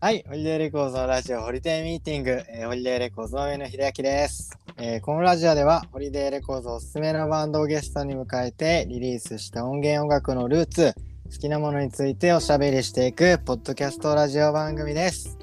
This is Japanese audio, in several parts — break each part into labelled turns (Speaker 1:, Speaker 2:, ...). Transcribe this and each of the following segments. Speaker 1: はい、ホリデーレコーズのラジオ、ホリデーミーティング、えーホリデーレコーズの上野秀明です、えーこのラジオでは、ホリデーレコーズおすすめのバンドをゲストに迎えて、リリースした音源音楽のルーツ、好きなものについておしゃべりしていく、ポッドキャストラジオ番組です。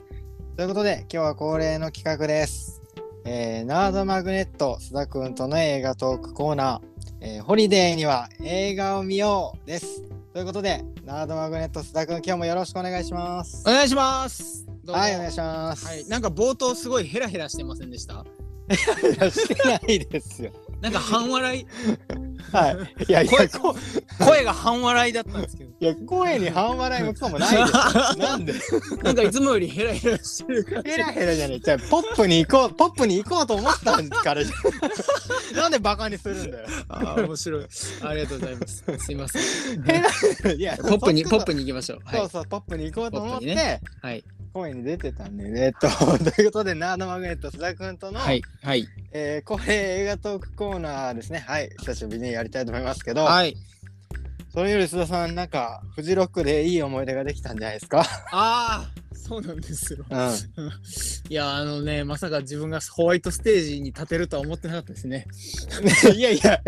Speaker 1: ということで、今日は恒例の企画です。えーナードマグネット、須田くんとの映画トークコーナー、えーホリデーには映画を見ようです。ということで、ナードマグネット、須田くん、今日もよろしくお願いします
Speaker 2: お。願いします。どうも
Speaker 1: はい、お願いします。
Speaker 2: はいなんか冒頭すごいヘラヘラしてませんでした。
Speaker 1: いやしてないですよ。
Speaker 2: なんか半笑い、
Speaker 1: はい。いや、いや、
Speaker 2: 声
Speaker 1: こ
Speaker 2: 声が半笑いだったんですけど。
Speaker 1: いや声に半笑いもクソもないですよ。なんで
Speaker 2: なんかいつもよりヘラヘラしてる感じ
Speaker 1: ヘラヘラじゃねえ。じゃあ、ポップに行こう、ポップに行こうと思ったん からじゃん。なんでバカにするんだよ。
Speaker 2: あー面白い。ありがとうございます。すいません。
Speaker 1: ヘラヘラいや、
Speaker 2: ポップに
Speaker 1: そ
Speaker 2: ポ
Speaker 1: う
Speaker 2: ップに行きましょう。は
Speaker 1: そう
Speaker 2: い
Speaker 1: そう、ポップに行こうと思っ
Speaker 2: ポップ
Speaker 1: て、
Speaker 2: にねはい
Speaker 1: 声に出てたんでね。えっと、 ということで、ナードマグネット、須田君との、
Speaker 2: はいはい
Speaker 1: えー、これ映画トークコーナーですね。はい、久しぶりにやりたいと思いますけど、
Speaker 2: はい。
Speaker 1: それより須田さん、なんか、フジロックでいい思い出ができたんじゃないですか。
Speaker 2: ああそうなんですよ。
Speaker 1: うん。
Speaker 2: いやあのねまさか自分がホワイトステージに立てるとは思ってなかったで すね。
Speaker 1: いやいや、え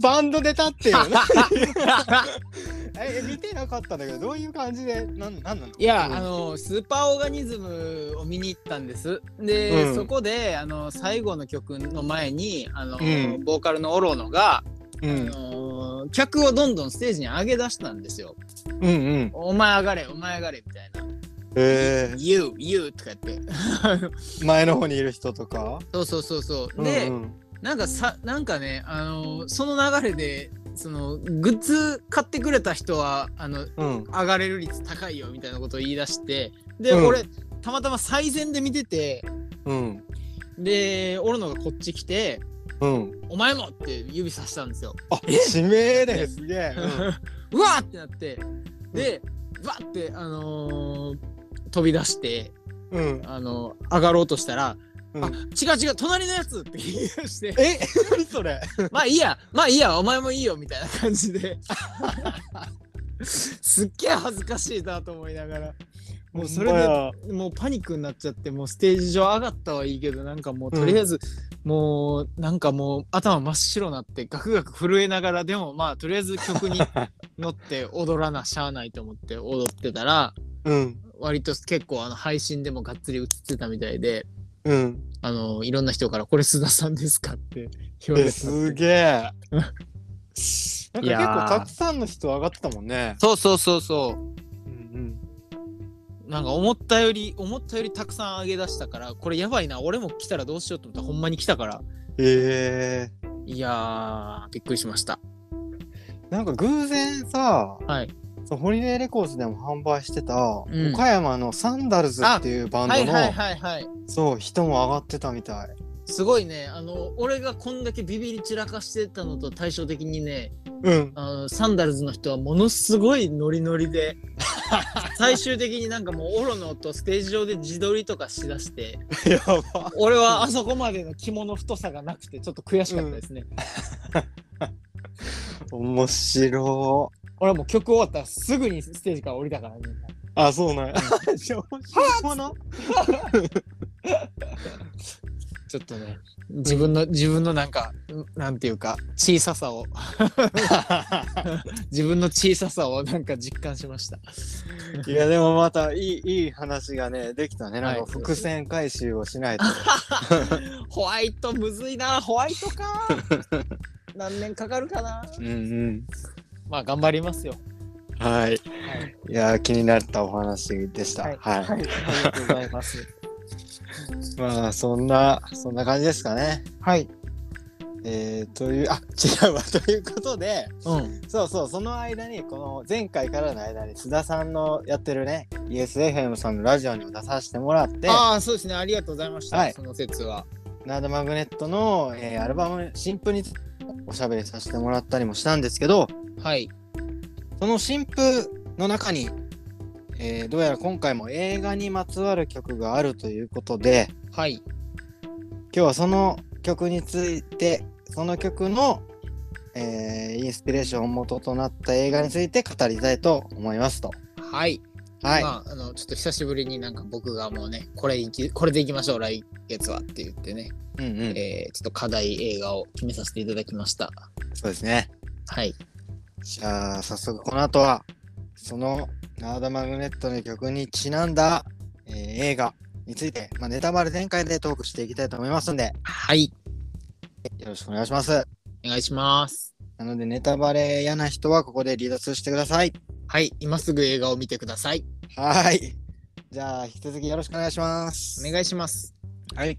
Speaker 1: バンドで立ってるよなえ、見てなかったんだけど、どういう感じで、なん、なんなの。
Speaker 2: いや、
Speaker 1: うん
Speaker 2: あ、のスーパーオーガニズムを見に行ったんですで、
Speaker 1: うん
Speaker 2: そこであの最後の曲の前にあの、
Speaker 1: うん
Speaker 2: ボーカルのオロノが、
Speaker 1: う
Speaker 2: あ
Speaker 1: ん、
Speaker 2: の客をどんどんステージに上げ出したんですよ
Speaker 1: うん、うん。
Speaker 2: 「お前上がれお前上がれ」みたいな
Speaker 1: え
Speaker 2: 「You You」とかやって
Speaker 1: ー、前の方にいる人とか。
Speaker 2: そうそうそうそうで、
Speaker 1: うんうん
Speaker 2: なんかさなんかねあのその流れでそのグッズ買ってくれた人はあの
Speaker 1: うん、
Speaker 2: 上がれる率高いよみたいなことを言い出してで、
Speaker 1: うん
Speaker 2: 俺たまたま最前で見てて
Speaker 1: うん、
Speaker 2: でオロノがこっち来て
Speaker 1: うん。
Speaker 2: 「お前も!」って指さしたんで すよ。
Speaker 1: あ、指名です。すげえ。
Speaker 2: うわーってなってでバッて、あのー飛び出して、
Speaker 1: うん、うん、
Speaker 2: あのー上がろうとしたら「
Speaker 1: うん
Speaker 2: あ違う違う隣のやつ!」って言い出して
Speaker 1: え、何それ。
Speaker 2: 「まあいいやまあいいやお前もいいよ」みたいな感 じですっげえ恥ずかしいなと思いながら。もうそれ
Speaker 1: ほんま
Speaker 2: で
Speaker 1: や
Speaker 2: もうパニックになっちゃってもうステージ上上がったはいいけどなんかもうとりあえず、もうなんかもう頭真っ白なってガクガク震えながらでもまあとりあえず曲に乗って踊らなしゃあないと思って踊ってたら
Speaker 1: うん、
Speaker 2: 割と結構あの配信でもがっつり映ってたみたいで
Speaker 1: うん。
Speaker 2: あのいろんな人から「これ須田さんですか?」って言わ
Speaker 1: え、
Speaker 2: れた
Speaker 1: すげえ。なんか
Speaker 2: い
Speaker 1: 結
Speaker 2: やー
Speaker 1: 構たくさんの人上がってたもんね。
Speaker 2: そうそうそうそ
Speaker 1: うん、
Speaker 2: うなんか思ったより思ったよりたくさん上げ出したからこれやばいな俺も来たらどうしようと思ったらほんまに来たから
Speaker 1: うん。え
Speaker 2: いやーびっくりしました
Speaker 1: ー、なんか偶然さ。
Speaker 2: はい
Speaker 1: そうホリデーレコーズでも販売してた、
Speaker 2: うん
Speaker 1: 岡山のサンダルズっていうバンド
Speaker 2: はい
Speaker 1: の、
Speaker 2: はいはいはい
Speaker 1: そう人も上がってたみたい
Speaker 2: すごいねあの俺がこんだけビビり散らかしてたのと対照的にね
Speaker 1: うん
Speaker 2: あのサンダルズの人はものすごいノリノ リで最終的になんかもうオロノとステージ上で自撮りとかしだして
Speaker 1: やば
Speaker 2: 俺はあそこまでの肝の太さがなくてちょっと悔しかったですね、
Speaker 1: 面白い
Speaker 2: 俺はもう曲終わったらすぐにステージから降りたからね
Speaker 1: あそうなんや上昇者
Speaker 2: ちょっとね自分の自分のなんかなんていうか小さ さを自分の小ささをなんか実感しました
Speaker 1: いやでもまたいいいい話がねできたねなん
Speaker 2: は
Speaker 1: か
Speaker 2: い
Speaker 1: 伏線回収をしないと、
Speaker 2: ホワイトむずいなホワイト か何年かかるかな
Speaker 1: うん
Speaker 2: まあ頑張りますよ
Speaker 1: うんはいいや気になったお話でしたはい、
Speaker 2: ありがとうございます
Speaker 1: まあそんなそんな感じですかね
Speaker 2: はい
Speaker 1: えー、というあ違うわということで
Speaker 2: うん
Speaker 1: そうそう、その間に、この前回からの間に、須田さんのやってるね、ESFM さんのラジオにも出させてもらって、
Speaker 2: ああそうですねありがとうございました、
Speaker 1: はい
Speaker 2: その説は
Speaker 1: ナードマグネットの、えーアルバム、新譜についておしゃべりさせてもらったりもしたんですけど、
Speaker 2: はい
Speaker 1: その新譜の中に、えーどうやら今回も映画にまつわる曲があるということで、
Speaker 2: はい
Speaker 1: 今日はその曲について、その曲の、えーインスピレーション元となった映画について語りたいと思いますと。
Speaker 2: はい
Speaker 1: はい、
Speaker 2: まあ、あのちょっと久しぶりになんか僕がもうねこれいきこれでいきましょう来月はって言ってね、
Speaker 1: うんうん、
Speaker 2: えーちょっと課題映画を決めさせていただきました
Speaker 1: そうですね
Speaker 2: はい
Speaker 1: じゃあ早速この後はそのナードマグネットの曲にちなんだ、えー映画について、まあ、ネタバレ全開でトークしていきたいと思いますんで
Speaker 2: はい
Speaker 1: よろしくお願いします
Speaker 2: お願いします
Speaker 1: なのでネタバレ嫌な人はここで離脱してください
Speaker 2: はい今すぐ映画を見てください
Speaker 1: はーいじゃあ引き続きよろしくお願いします
Speaker 2: お願いします
Speaker 1: はい